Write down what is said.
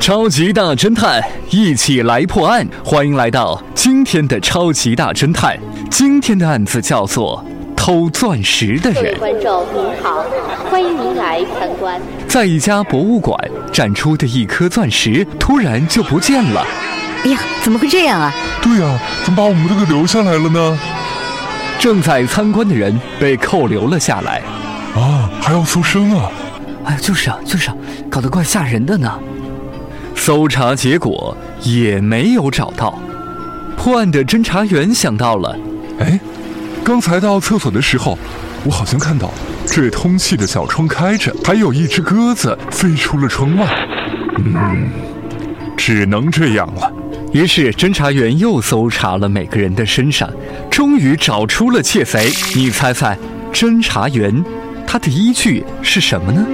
超级大侦探，一起来破案。欢迎来到今天的超级大侦探。今天的案子叫做《偷钻石的各人位》。观众您好，欢迎您来参观。在一家博物馆展出的一颗钻石突然就不见了。哎呀，怎么会这样啊？对呀、怎么把我们这个留下来了呢？正在参观的人被扣留了下来。啊，还要搜身啊！哎，就是啊，就是啊，搞得怪吓人的呢。搜查结果也没有找到，破案的侦查员想到了，哎，刚才到厕所的时候，我好像看到这通气的小窗开着，还有一只鸽子飞出了窗外。嗯，只能这样了。于是侦查员又搜查了每个人的身上，终于找出了窃贼。你猜猜，侦查员他的依据是什么呢？